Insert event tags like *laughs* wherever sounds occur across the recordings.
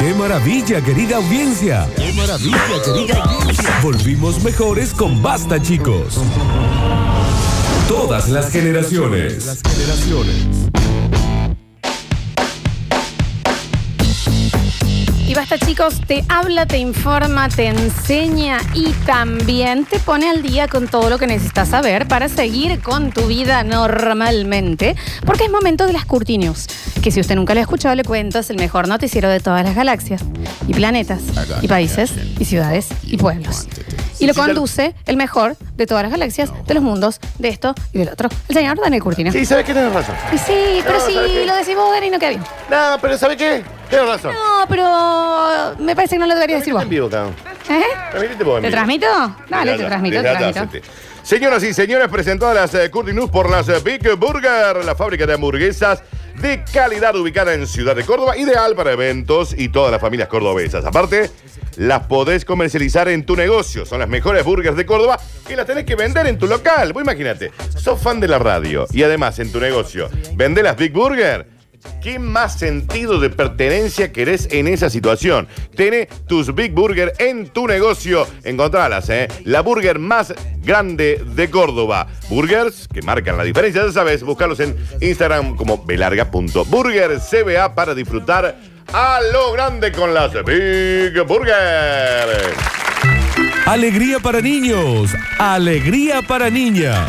¡Qué maravilla, querida audiencia! ¡Qué maravilla, querida audiencia! Volvimos mejores con Basta, chicos. Todas las generaciones. Las generaciones. Y basta chicos, te habla, te informa, te enseña y también te pone al día con todo lo que necesitas saber para seguir con tu vida normalmente. Porque es momento de las Curti News, que si usted nunca lo ha escuchado, le cuento, es el mejor noticiero de todas las galaxias y planetas y países y ciudades y pueblos. Y lo conduce el mejor de todas las galaxias, de los mundos, de esto y del otro, el señor Daniel Curtino. Sí, ¿sabes qué? Tienes razón. Y sí, pero No, si ¿sabes qué? lo decís vos, Dani, no queda bien. No, pero ¿sabes qué? Tienes razón. No, pero me parece que no lo deberías decir Transmitite vos. en vivo, cabrón. ¿Eh? Transmitite vos en ¿Te vivo. transmito? Dale, te Desata, transmito, te desata, transmito. hacete. Señoras y señores, presentadas las eh, Curti News por las eh, Big Burger, la fábrica de hamburguesas de calidad ubicada en Ciudad de Córdoba, ideal para eventos y todas las familias cordobesas. Aparte, las podés comercializar en tu negocio. Son las mejores burgers de Córdoba y las tenés que vender en tu local. Vos imagínate, sos fan de la radio y además en tu negocio vendés las Big Burger. ¿Qué más sentido de pertenencia querés en esa situación? Tené tus Big Burger en tu negocio. Encontralas, ¿eh? La burger más grande de Córdoba. Burgers que marcan la diferencia, ya sabes. Buscarlos en Instagram como belarga.burgercba para disfrutar a lo grande con las Big Burger. Alegría para niños, alegría para niñas.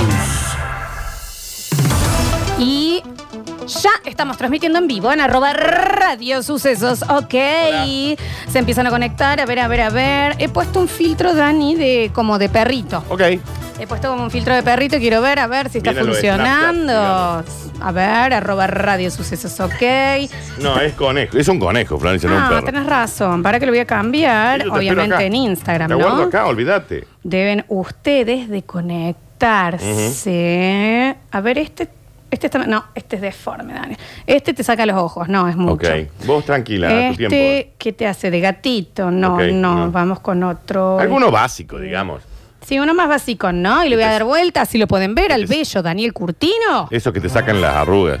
Y ya estamos transmitiendo en vivo en arroba radio sucesos. Ok. Se empiezan a conectar. A ver, a ver, a ver. He puesto un filtro, Dani, de como de perrito. Ok. He puesto como un filtro de perrito. Quiero ver, a ver si está Viene lo de funcionando. A ver, arroba radio sucesos. Ok. No, es conejo. Es un conejo, Florencia, no un Ah, perro. tenés razón. Para que lo voy a cambiar, Yo te espero obviamente, acá. en Instagram, Te ¿no? guardo acá, olvídate. deben ustedes de conectarse. A ver, este, este está- no, este es deforme, Dani. Este te saca los ojos, no, es mucho. Ok. Vos tranquila, a tu tiempo. Este, ¿qué te hace? De gatito, no, Ok, no, no. vamos con otro. Alguno Este básico, digamos. Sí, uno más básico, ¿no? Y le voy a dar vueltas, si lo pueden ver, este al bello Daniel Curtino. Esos que te sacan las arrugas.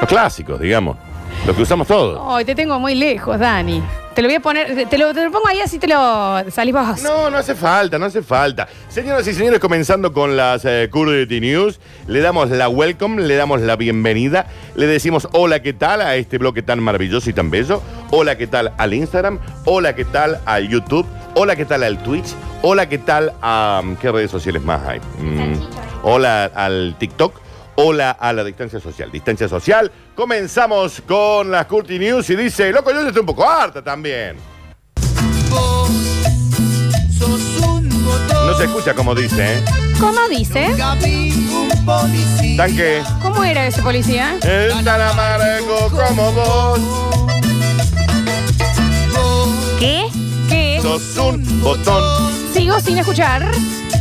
Los clásicos, digamos. Los que usamos todos. Ay, te tengo muy lejos, Dani. Te lo voy a poner, te lo, te lo pongo ahí así te lo salís vos. No, no hace falta, no hace falta. Señoras y señores, comenzando con las eh, Curity News, le damos la welcome, le damos la bienvenida, le decimos hola, ¿qué tal? a este bloque tan maravilloso y tan bello. Hola, ¿qué tal? al Instagram. Hola, ¿qué tal? al YouTube. Hola, ¿qué tal? al Twitch. Hola, ¿qué tal? a. mm, ¿Qué redes sociales más hay? Mm, hola al TikTok. Hola a la distancia social. Distancia social. Comenzamos con las Curti News y dice, loco, yo ya estoy un poco harta también. Vos sos un motor. No se escucha como dice, ¿eh? ¿Cómo dice? Nunca vi un policía. Tanque. ¿Cómo era ese policía? Es tan amargo como vos. Vos ¿Qué? ¿Qué? Sos un botón. Sigo sin escuchar.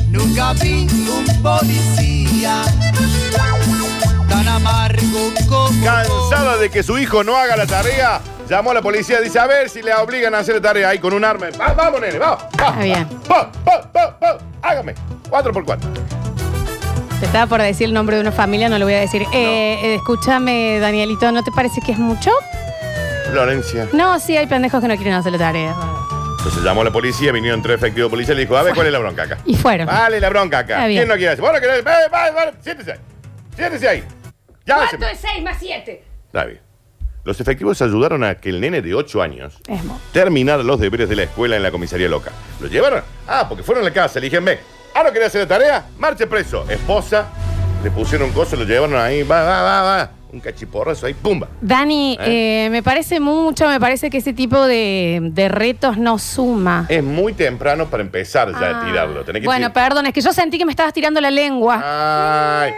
Nunca vi un policía. Tan amargo como. Cansada de que su hijo no haga la tarea, llamó a la policía. Dice, a ver si le obligan a hacer la tarea ahí con un arma. Va, vamos, nene, vamos. Va, Ah, bien. Va, va, va, va. Hágame. Cuatro por cuatro. Te estaba por decir el nombre de una familia, no lo voy a decir. Eh, eh, escúchame, Danielito, ¿no te parece que es mucho? Florencia. No, sí, hay pendejos que no quieren hacer la tarea. Ah. Entonces llamó a la policía, vinieron tres efectivos policiales y le dijo, a ver, ¿cuál es la bronca acá? Y fueron. Vale, la bronca acá. Está bien. ¿Quién no quiere hacer? Bueno, que no- vale, vale, vale. Siéntese ahí. Siéntese ahí. Ya haceme. 6 más 7? Está bien. Los efectivos ayudaron a que el nene de 8 años Es mo- terminara los deberes de la escuela en la comisaría loca. ¿Lo llevaron? Ah, porque fueron a la casa. Le dijeron, ven, ah, no quería hacer la tarea, marche preso. Esposa, le pusieron un coso, lo llevaron ahí, va, va, va, va. Un cachiporrazo ahí, pumba. Dani, eh, me parece mucho, me parece que ese tipo de, de retos no suma. Es muy temprano para empezar ya Ah. a tirarlo. Tenés que bueno, decir, Ah, perdón, es que yo sentí que me estabas tirando la lengua. Ay,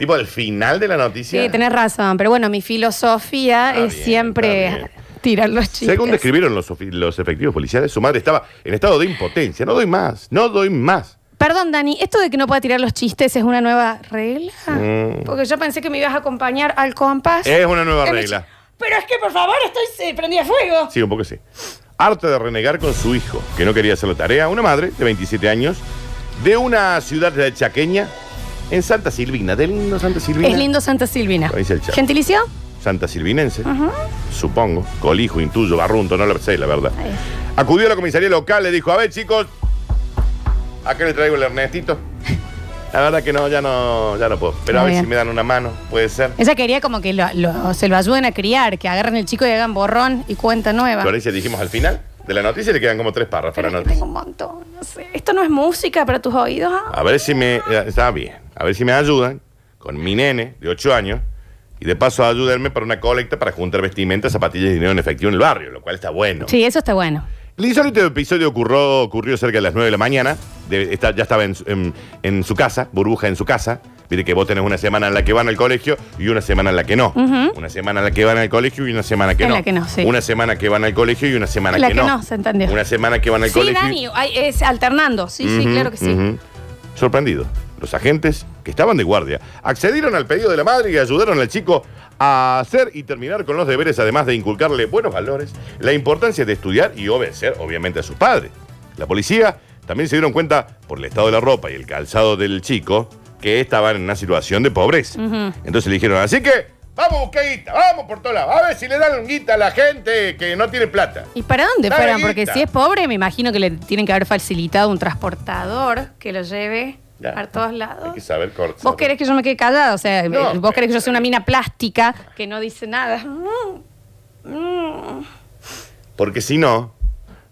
tipo al final de la sí, noticia. tenés razón, pero bueno, mi filosofía Está es bien, está siempre bien. tirar los chistes. Según *laughs* describieron los, ofi- los efectivos policiales, su madre estaba en estado de impotencia. No doy más, no doy más. Perdón, Dani, esto de que no pueda tirar los chistes es una nueva regla. Mm. Porque yo pensé que me ibas a acompañar al compás. Es una nueva Eh, me- regla. Pero es que, por favor, estoy eh, prendida a fuego. Sí, un poco sí. Harta de renegar con su hijo, que no quería hacer la tarea, una madre de 27 años, de una ciudad chaqueña, en Santa Silvina, de lindo Santa Silvina. Es lindo Santa Silvina. Lo dice el chavo. ¿Gentilicio? Santa Silvinense, supongo, colijo, intuyo, barrunto, no lo sé, la verdad. Acudió a la comisaría local, le dijo, a ver chicos, acá le traigo el Ernestito. La verdad que no, ya no, ya no puedo. Pero a Muy ver bien. si me dan una mano, puede ser. Ella quería como que lo- lo- se lo ayuden a criar, que agarren el chico y hagan borrón y cuenta nueva. Florencia, dijimos al final de la noticia, le quedan como tres párrafos Pero para es que noticia. tengo un montón. No sé. Esto no es música para tus oídos. ah? A ver si me. eh, Está bien. A ver si me ayudan con mi nene de 8 años. Y de paso ayudarme para una colecta para juntar vestimentas, zapatillas y dinero en efectivo en el barrio, lo cual está bueno. Sí, eso está bueno. El insólito episodio ocurrió, ocurrió cerca de las 9 de la mañana. De- está- ya estaba en, su- en- en su casa, burbuja en su casa. Viste que vos tenés una semana en la que van al colegio y una semana en la que no. Una semana en la que van al colegio y una semana que En no. la que no, sí. Una semana que van al colegio y una semana La que, que no. no, se entendió. Una semana que van al sí, colegio. y- Dani, ay, es alternando. Sí, sí, Ujú, claro que sí. ujú. Sorprendido. Los agentes que estaban de guardia accedieron al pedido de la madre y ayudaron al chico a hacer y terminar con los deberes, además de inculcarle buenos valores, la importancia de estudiar y obedecer, obviamente, a sus padres. La policía también se dieron cuenta, por el estado de la ropa y el calzado del chico, que estaban en una situación de pobreza. Entonces le dijeron, así que, vamos a buscar guita, vamos por todos lados, a ver si le dan guita a la gente que no tiene plata. ¿Y para dónde Dale, fueron? Porque guita. si es pobre, me imagino que le tienen que haber facilitado un transportador que lo lleve Ya. a todos Hay lados. que saber cortar. ¿Vos querés que yo me quede callada? O sea, No, eh, vos querés que yo eh, sea una mina plástica que no dice nada. Mm. Porque si no,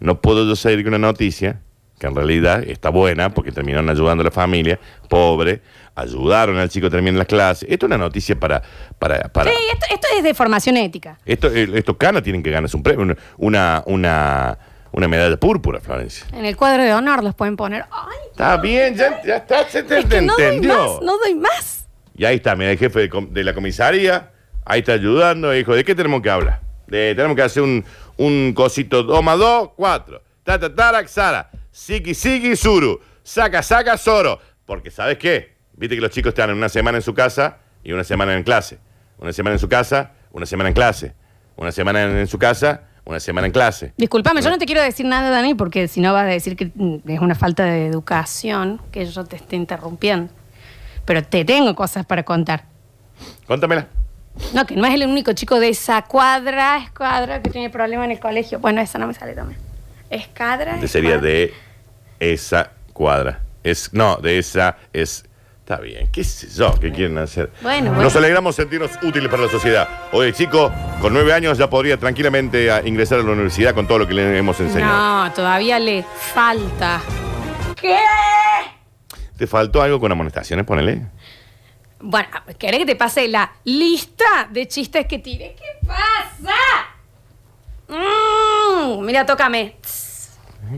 no puedo yo seguir con una noticia que en realidad está buena porque terminaron ayudando a la familia, pobre, ayudaron al chico también en las clases. Esto es una noticia para... para, para Sí, esto, esto es de formación ética. Esto, eh, estos canas tienen que ganarse un premio, una- una, una, una medalla púrpura, Florencia. En el cuadro de honor los pueden poner. ¡Ay! Está bien, ya, ya está, se te, es que no doy entendió. más, no doy más. Y ahí está, mira, el jefe de, com- de la comisaría, ahí está ayudando, dijo, ¿de qué tenemos que hablar? De- tenemos que hacer un, un cosito 2 más 2, 4. Tata, tarak, sara. Siki, siki, suru. Saca, saca, soro. Porque, ¿sabes qué? Viste que los chicos están una semana en su casa y una semana en clase. Una semana en su casa, una semana en clase. Una semana en, en su casa, una semana en clase. Disculpame, yo no te quiero decir nada, Dani, porque si no vas a decir que mm, es una falta de educación que yo te esté interrumpiendo. Pero te tengo cosas para contar. Contamela. No, que no es el único chico de esa cuadra, escuadra, que tiene problemas en el colegio. Bueno, esa no me sale también. Escadra. De- sería escuadra. de esa cuadra. Es, no, de esa es. Está bien, qué sé yo, qué quieren hacer. Bueno, bueno. Nos alegramos sentirnos útiles para la sociedad. Hoy el chico, con nueve años, ya podría tranquilamente a- ingresar a la universidad con todo lo que le hemos enseñado. No, todavía le falta. ¿Qué? ¿Te faltó algo con amonestaciones? Ponele. Bueno, ¿querés que te pase la lista de chistes que tiré? ¿Qué pasa? Mm, mira, tócame. Tss,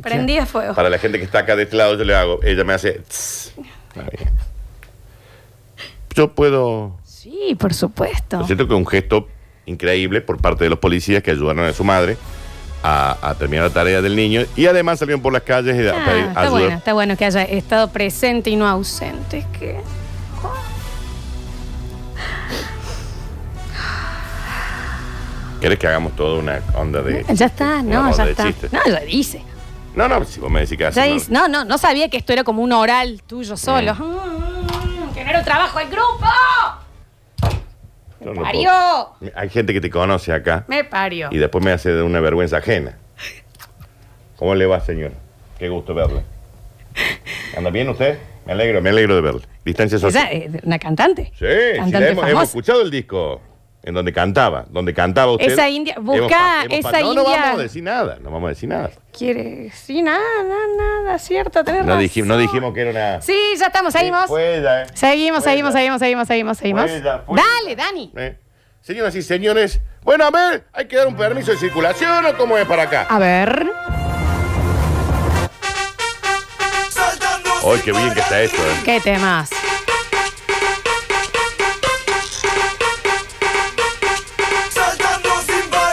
Prendí a fuego. Para la gente que está acá de este lado, yo le hago. Ella me hace. tss. Está bien. Yo puedo. Sí, por supuesto. Lo cierto que un gesto increíble por parte de los policías que ayudaron a su madre a, a terminar la tarea del niño y además salieron por las calles y a Ah, pedir está ayuda. bueno, está bueno que haya estado presente y no ausente. Es que. ¿Querés que hagamos toda una onda de.? Ya está, una no, onda ya de está. chiste? No, ya dice. No, no, si vos me decís que haces. Ya no. dice. No, no, no sabía que esto era como un oral tuyo solo. Mm, que no era un trabajo en grupo. Yo no Parió. puedo. Hay gente que te conoce acá Me parió. y después me hace de una vergüenza ajena. ¿Cómo le va, señor? Qué gusto verla. ¿Anda bien usted? Me alegro, me alegro de verla. Distancia social. Ella es eh, una cantante. Sí, sí, Cantante la hemos, famosa. hemos escuchado el disco en donde cantaba, donde cantaba usted. Esa india- Hemos buscá pa- hemos esa pa- no, No india. vamos a decir nada, no vamos a decir nada. Quiere. Sí, nada, nada, nada, cierto, tenés No, razón. dijim- no dijimos que era una... Sí, ya estamos, seguimos. Fue ella, ¿eh? Seguimos, Fue seguimos, ella. seguimos, seguimos, seguimos, seguimos. Fue ella, fue Dale, ella. Dani. ¿Eh? Señoras y señores, bueno, a ver, ¿hay que dar un permiso de circulación o cómo es para acá? A ver. ¡Ay, qué bien que está esto! ¿eh? ¿Qué temas?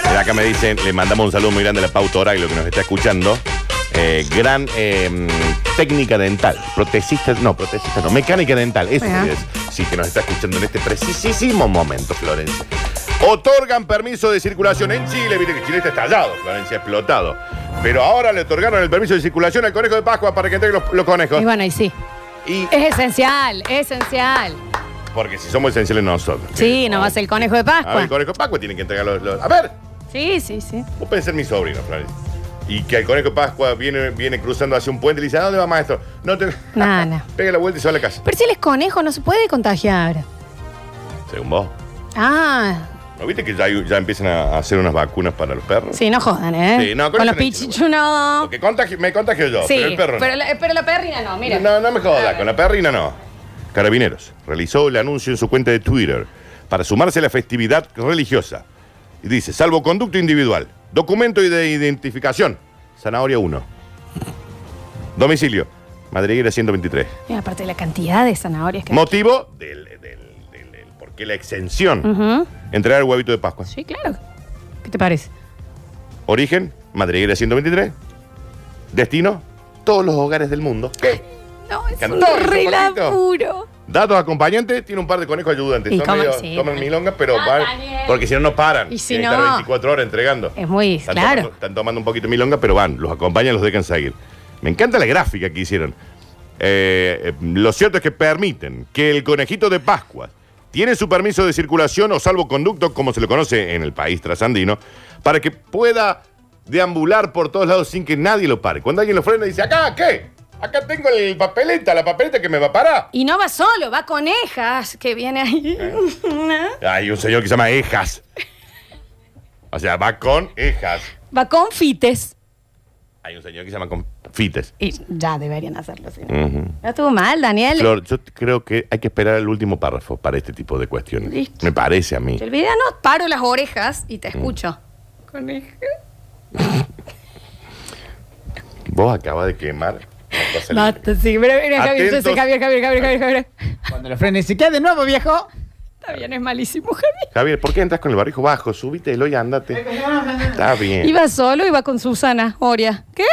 Mira, acá me dicen, le mandamos un saludo muy grande a la Pau Toraglo que nos está escuchando. eh, gran eh, técnica dental. Protecista, no, protecista no, mecánica dental. Eso Ajá. es. Sí, que nos está escuchando en este precisísimo momento, Florencia. Otorgan permiso de circulación en Chile. Mire que Chile está estallado, Florencia, explotado. Pero ahora le otorgaron el permiso de circulación al conejo de Pascua para que entreguen los, los conejos. Y bueno, y sí. Y Es esencial, es esencial. porque si somos esenciales nosotros. Sí, no va a ser el conejo de A ver, Pascua. el conejo de Pascua tienen que entregar los- los... A ver, Sí, sí, sí. Vos pensás en mi sobrino, Florencia. Y que el conejo de Pascua viene, viene cruzando hacia un puente y le dice, ¿a dónde va maestro? No te... *laughs* No, no. Pega la vuelta y se va a la casa. Pero si él es conejo, no se puede contagiar. Según vos. Ah, ¿No viste que ya, hay- ya empiezan a hacer unas vacunas para los perros? sí, no jodan, ¿eh? Sí, no, conejo Con los no es chivo. pichichos no. Porque contagio- me contagio yo, Sí, pero el perro no. pero, la, eh, pero la perrina no, mira. No, no me jodas, con la perrina no. Carabineros realizó el anuncio en su cuenta de Twitter para sumarse a la festividad religiosa. Y dice, salvo conducto individual, documento y de identificación, zanahoria 1. Domicilio, Madriguera 123. Y aparte de la cantidad de zanahorias que Motivo del, del, del- del- ¿por qué la exención? Ujú. Entregar el huevito de Pascua. Sí, claro. ¿Qué te parece? Origen, Madriguera 123. Destino, todos los hogares del mundo. No, es un Cantó, hizo relapuro. Datos acompañantes, tiene un par de conejos ayudantes. Y Son comen, medio- sí. toman milongas, pero Ah, van- Daniel. porque si no, no paran. Y si Tienen que no. estar 24 horas entregando. Es muy, Están claro. tomando- están tomando un poquito de milonga, pero van, los acompañan, los dejan seguir. Me encanta la gráfica que hicieron. Eh, eh, lo cierto es que permiten que el conejito de Pascua tiene su permiso de circulación o salvoconducto, como se lo conoce en el país trasandino, para que pueda deambular por todos lados sin que nadie lo pare. Cuando alguien lo frena, dice, ¿acá qué? Acá tengo el papeleta, la papeleta que me va a parar. Y no va solo, va conejas que viene ahí. Hay un señor que se llama Ejas. O sea, va con Ejas. va con fites. Hay un señor que se llama Confites. Y ya deberían hacerlo así. ¿no? Ujú. No estuvo mal, Daniel. Mm. Flor, yo t- creo que hay que esperar el último párrafo para este tipo de cuestiones. Listo. Me parece a mí. Te olvidas, no, paro las orejas y te Mm. escucho. Coneja. Vos acabas de quemar. una cosa linda. Basta, sí, pero mira, Javier, yo sé Atentos. Javier, Javier, Javier, Javier, Javier. Cuando lo frene, se queda de nuevo, viejo. Está bien, es malísimo, Javier. Javier, ¿por qué entras con el barrijo bajo? Súbitelo y ándate. Está bien. Iba solo, iba con Susana Oria. ¿Qué?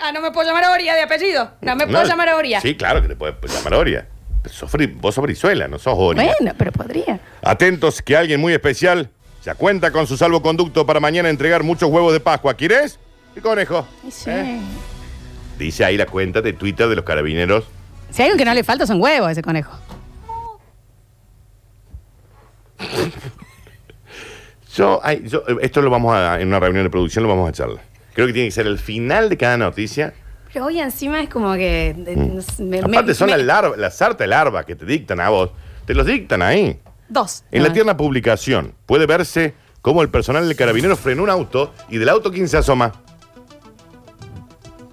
Ah, no me puedo llamar Oria de apellido. No me puedo No, llamar Oria. Sí, claro que te puedes llamar Oria. Pero sos fri- vos sos brizuela, no sos Oria. Bueno, pero podría. Atentos que alguien muy especial ya cuenta con su salvoconducto para mañana entregar muchos huevos de Pascua. ¿Quieres? El conejo. Y Sí. ¿Eh? Dice ahí la cuenta de Twitter de los carabineros. Si hay algo que no le falta son huevos a ese conejo. Yo, ay, yo, eh, esto lo vamos a, en una reunión de producción lo vamos a charlar. Creo que tiene que ser el final de cada noticia. Pero hoy encima es como que. de- no sé, Eh, me- Mm. Aparte me- son me- las larvas, las sarta de larvas que te dictan a vos. Te los dictan ahí. Dos. En la No, tierna publicación puede verse cómo el personal del carabinero frenó un auto y del auto quién se asoma.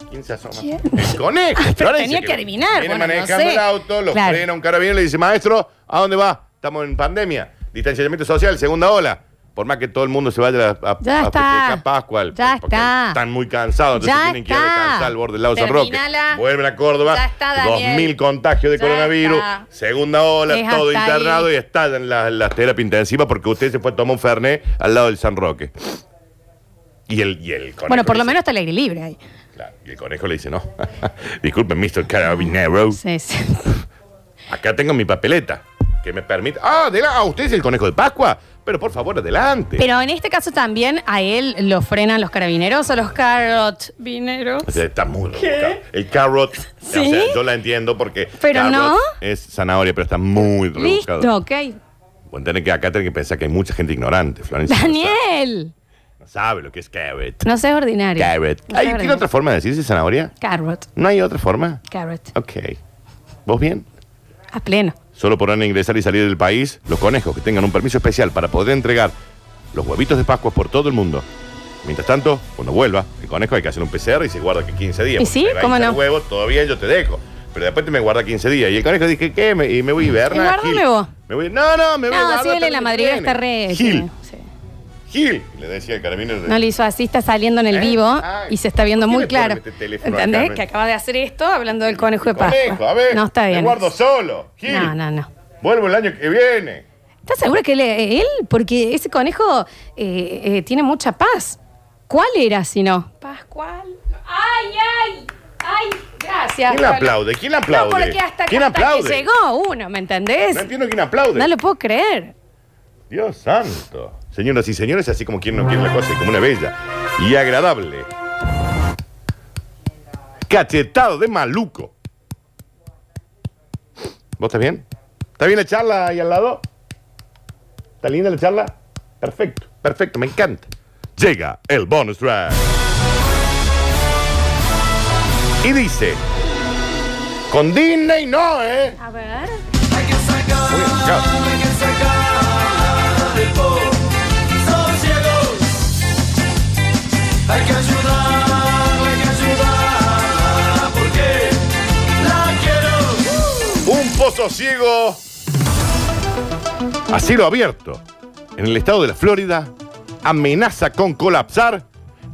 ¿Quién se asoma? ¿Quién? El conejo. Ah, pero Florencia, tenía que adivinar, Viene bueno, no manejando sé. el auto, lo Claro. frena un carabinero y le dice, maestro, ¿a dónde va? Estamos en pandemia. Distanciamiento social, segunda ola. Por más que todo el mundo se vaya a, a- Ya a está. festejar Pascua, el- Ya porque está. están muy cansados, entonces Ya tienen que ir a está. descansar al borde del lago San Roque. Terminala. Vuelven a Córdoba, Ya está, Daniel. 2.000 contagios de Ya coronavirus, está. segunda ola, Es todo hasta internado ahí. y estallan las, las terapias intensivas porque usted se fue a tomar un fernet al lado del San Roque. Y el, y el conejo Bueno, por le lo dice- menos está el aire libre ahí. Claro, y el conejo le dice, no, *laughs* disculpen, Mr. Carabinero, Sí, sí. acá tengo mi papeleta que me permite... Ah, adela- ah, usted es el conejo de Pascua, pero por favor, adelante. Pero en este caso también a él lo frenan los carabineros o los carotbineros. O sea, está muy rebuscado. El carrot, ¿Sí? o sea, yo la entiendo porque Pero carrot no. es zanahoria, pero está muy rebuscado. Listo, ok. Bueno, tienen que, acá tienen que pensar que hay mucha gente ignorante, Florencia. no Daniel, sabe- No sabe lo que es carrot. no seas ordinario. Carrot. No seas Ay, ¿Tiene ordinario. otra forma de decirse zanahoria? Carrot. ¿No hay otra forma? Carrot. Ok. ¿Vos bien? A pleno. Solo podrán ingresar y salir del país los conejos que tengan un permiso especial para poder entregar los huevitos de Pascua por todo el mundo. Mientras tanto, cuando vuelva, el conejo hay que hacer un PCR y se guarda que 15 días. ¿Y porque sí? me va a ¿Cómo hinchar no? huevo, todavía yo te dejo. Pero después te me guarda 15 días. Y el conejo dice, ¿qué? Me- y me voy a hibernar. Guárdame Gil. vos. Me voy, no, no, me voy a No, guardar sí, él hasta en la que madriguera viene". está re. Gil, sí. Gil, le decía el carabinero. No le hizo así, está saliendo en el ¿Eh? vivo Ay, y se está viendo ¿por qué muy le ponen claro. este teléfono acá, ¿Entendés? Carmen? que acaba de hacer esto hablando del conejo de Pascua. Conejo, a ver. no está bien. Me guardo solo. Gil. No, no, no. Vuelvo el año que viene. ¿Estás segura que él, él? Porque ese eh, conejo eh, eh, tiene mucha paz. ¿Cuál era si no? Pascual. ¡Ay, ay! ¡Ay! Gracias. ¿Quién la Lola. aplaude? ¿Quién la aplaude? No, porque hasta, ¿Quién hasta aplaude? que llegó uno, ¿me entendés? No entiendo quién aplaude. No lo puedo creer. Dios santo. Señoras y señores, así como quien no quiere la cosa, y como una bella y agradable. Cachetado de maluco. ¿Vos estás bien? ¿Está bien la charla ahí al lado? ¿Está linda la charla? Perfecto, perfecto, me encanta. Llega el bonus track. Y dice, con Disney no, ¿eh? A ver. Hay que sacar, Muy bien, chao. hay que sacar del pozo ciegos. Hay que ayudar, hay que ayudar, porque la quiero. Un pozo ciego a cielo abierto en el estado de la Florida amenaza con colapsar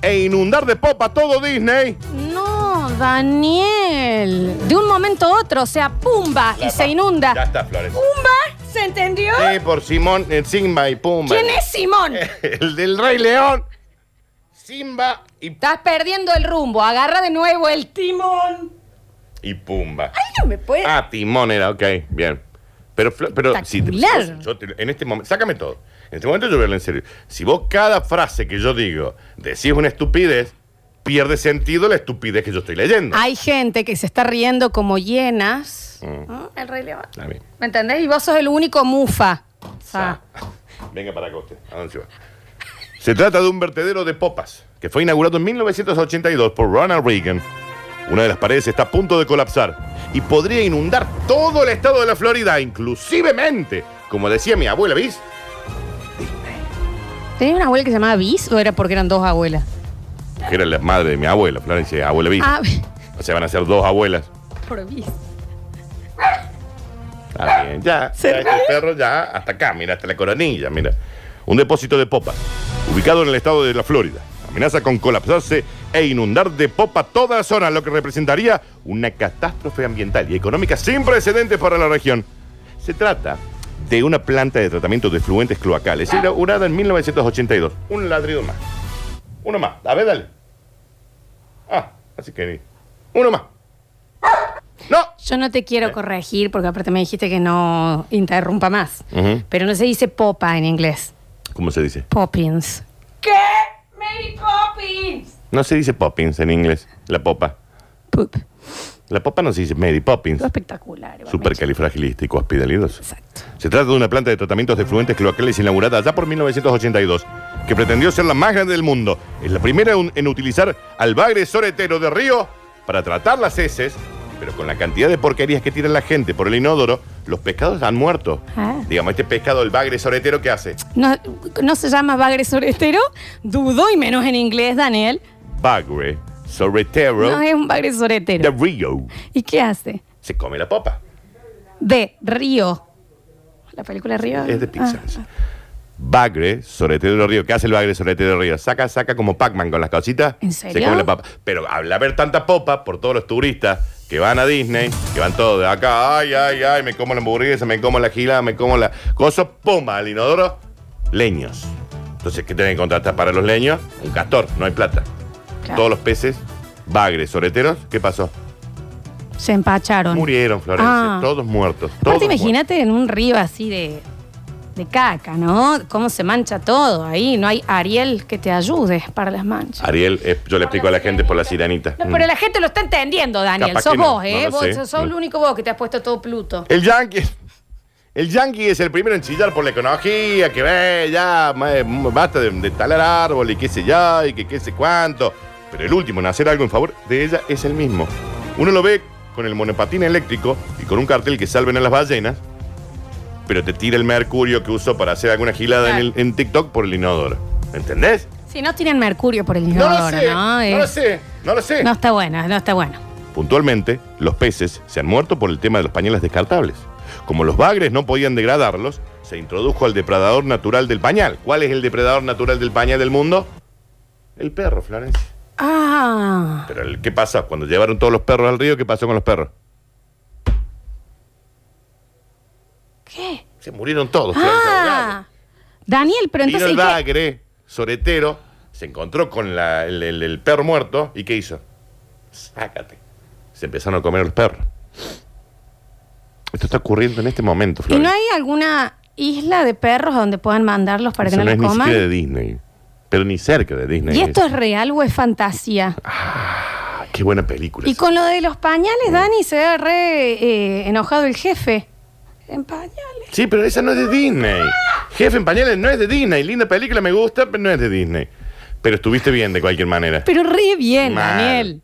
e inundar de popa todo Disney. No, Daniel. De un momento a otro, o sea, pumba, y se inunda. Ya está, Flores. ¿Pumba? ¿Se entendió? Sí, Eh. por Simón, eh, Simba y Pumba. ¿Quién es Simón? *laughs* El del Rey León. Simba y, Estás perdiendo el rumbo. Agarra de nuevo el timón. y Pumba. Ay, no me puede. Ah, Timón era, ok, bien. Pero, Flo- pero si te- Espectacular. yo te- en este momento, sácame todo. En este momento yo voy a hablar en serio. Si vos cada frase que yo digo decís una estupidez, pierde sentido la estupidez que yo estoy leyendo. Hay gente que se está riendo como hienas. Mm. ¿Ah? El rey león. Está bien. ¿Me entendés? Y vos sos el único mufa. Sa. *laughs* Venga para acá usted. ¿A dónde se va? Se trata de un vertedero de popas que fue inaugurado en 1982 por Ronald Reagan. Una de las paredes está a punto de colapsar y podría inundar todo el estado de la Florida, inclusivemente, como decía mi abuela, ¿viste? ¿Tenía una abuela que se llamaba Bis o era porque eran dos abuelas? que era la madre de mi abuela, Florencia, abuela Bis. Ah, *laughs* O sea, van a ser dos abuelas. por Bis. Está bien, Ah, ya. ya este perro ya hasta acá, mira, hasta la coronilla, mira. Un depósito de popas, ubicado en el estado de la Florida. Amenaza con colapsarse e inundar de popa toda la zona, lo que representaría una catástrofe ambiental y económica sin precedentes para la región. Se trata de una planta de tratamiento de fluentes cloacales inaugurada en 1982. Un ladrido más. Uno más. A ver, dale. Ah, así que... ni- Uno más. ¡No! Yo no te quiero corregir porque aparte me dijiste que no interrumpa más. Ujú. Pero no se dice popa en inglés. ¿Cómo se dice? Poppins. ¿Qué? Mary Poppins. No se dice Poppins en inglés, la popa. Poop. La popa no se dice Mary Poppins. Todo espectacular. igualmente. Supercalifragilístico, aspidalidoso. Exacto. Se trata de una planta de tratamientos de fluentes cloacales inaugurada ya por 1982, que pretendió ser la más grande del mundo. Es la primera en, en utilizar albagre soretero de río para tratar las heces, pero con la cantidad de porquerías que tira la gente por el inodoro, los pescados han muerto. Ah. Digamos, este pescado, el bagre soretero, ¿qué hace? No, no se llama bagre sorestero, dudo, y menos en inglés, Daniel. Bagre soretero No es un bagre de soretero. río. ¿Y qué hace? Se come la popa. De Río. ¿La película Río? Es de Pixar. Ah, esa. Bagre, soretero de río. ¿Qué hace el bagre, soretero de río? Saca, saca como Pac-Man con las cositas. ¿En Se serio? come la papa. Pero al haber tanta popa por todos los turistas que van a Disney, que van todos de acá, ay, ay, ay, me como la hamburguesa, me como la gila, me como la cosa, pumba, al inodoro, leños. Entonces, ¿qué tienen que contratar para los leños? Un castor, no hay plata. Claro. Todos los peces, bagres, soreteros, ¿qué pasó? Ah, Se empacharon. Murieron, Florencia, Ah. todos muertos. Todos Aparte, imagínate en un río así de, de caca, ¿no? Cómo se mancha todo ahí. No hay Ariel que te ayude para las manchas. muertos. Ariel, eh, yo le explico a la gente por la sirenita. No, Mm. pero la gente lo está entendiendo, Daniel. Capaz sos que no, vos, ¿eh? no lo Vos sé. sos sos el No. único vos que te has puesto todo Pluto. El yankee. El yankee es el primero en chillar por la ecología, que ve, ya, ma- basta de, de talar árbol y qué sé yo, y que qué sé cuánto. Pero el último en hacer algo en favor de ella es el mismo. Uno lo ve con el monopatín eléctrico y con un cartel que salven a las ballenas, pero te tira el mercurio que usó para hacer alguna gilada en, el- en TikTok por el inodoro. ¿Entendés? Si no tienen mercurio por el inodoro, ¿no? no lo Es- sé, no lo sé. no está bueno, no está bueno. Puntualmente, los peces se han muerto por el tema de los pañales descartables. Como los bagres no podían degradarlos, se introdujo al depredador natural del pañal. ¿Cuál es el depredador natural del pañal del mundo? El perro, Florencia. Ah, Pero el- ¿qué pasa? Cuando llevaron todos los perros al río, ¿qué pasó con los perros? ¿qué? Se murieron todos. Florencia, ahogados. Ah, Daniel, pero Vino entonces. el ¿y qué? bagre, soretero, se encontró con la- el, el- el perro muerto y ¿qué hizo? sácate. Se empezaron a comer a los perros. Esto está ocurriendo en este momento, ¿Y Flor. no hay alguna isla de perros a donde puedan mandarlos para que no, no es los ni coman? siquiera de Disney. Pero ni cerca de Disney. ¿Y esto es real o es fantasía? Ah, qué buena película. Y con lo de los pañales, Dani, se ve re eh, enojado el jefe. En pañales. Sí, pero esa no es de Disney. Jefe en pañales no es de Disney. Linda película, me gusta, pero no es de Disney. Pero estuviste bien de cualquier manera. Pero re bien, Mal. Daniel.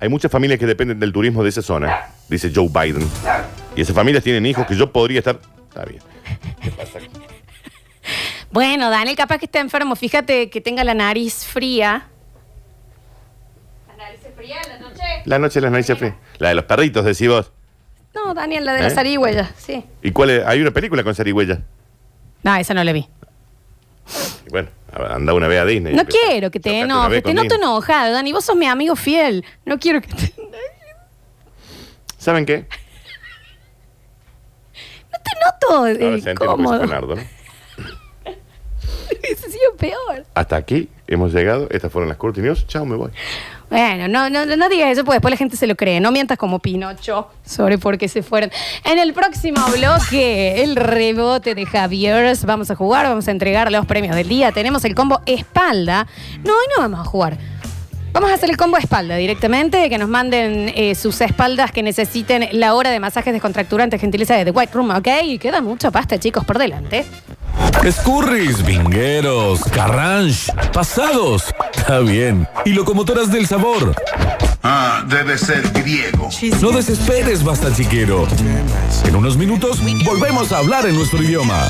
Hay muchas familias que dependen del turismo de esa zona, dice Joe Biden. Y esas familias tienen hijos que yo podría estar. Está bien. Bueno, Daniel, capaz que está enfermo. Fíjate que tenga la nariz fría. ¿La nariz fría la noche? La noche de las narices frías. La de los perritos, decís vos. No, Daniel, la de ¿Eh? las zarigüeyas, sí. ¿Y cuál es? Hay una película con zarigüeyas. No, esa no la vi. Y bueno, anda una vez a Disney. No Pero- quiero que te Chocate una enojes. vez Te con noto Disney. enojado, Dani. Vos sos mi amigo fiel. No quiero que te... ¿Saben qué? No te noto Ahora se eh, entiende lo que dice cómodo. Leonardo, ¿no? *laughs* Eso ha sido peor. Hasta aquí hemos llegado. Estas fueron las Curti News. Chao, me voy. Bueno, no, no, no digas eso, porque después la gente se lo cree. No mientas como Pinocho sobre por qué se fueron. En el próximo bloque, el rebote de Javier. Vamos a jugar, vamos a entregar los premios del día. Tenemos el combo espalda. No, hoy no vamos a jugar. Vamos a hacer el combo espalda directamente, que nos manden eh, sus espaldas que necesiten la hora de masajes descontracturantes, gentileza de The White Room, ¿ok? Y queda mucha pasta, chicos, por delante. Escurris, vingueros, carranche, pasados. Está bien. Y locomotoras del sabor. Ah, debe ser griego. No desesperes, basta chiquero. En unos minutos volvemos a hablar en nuestro idioma.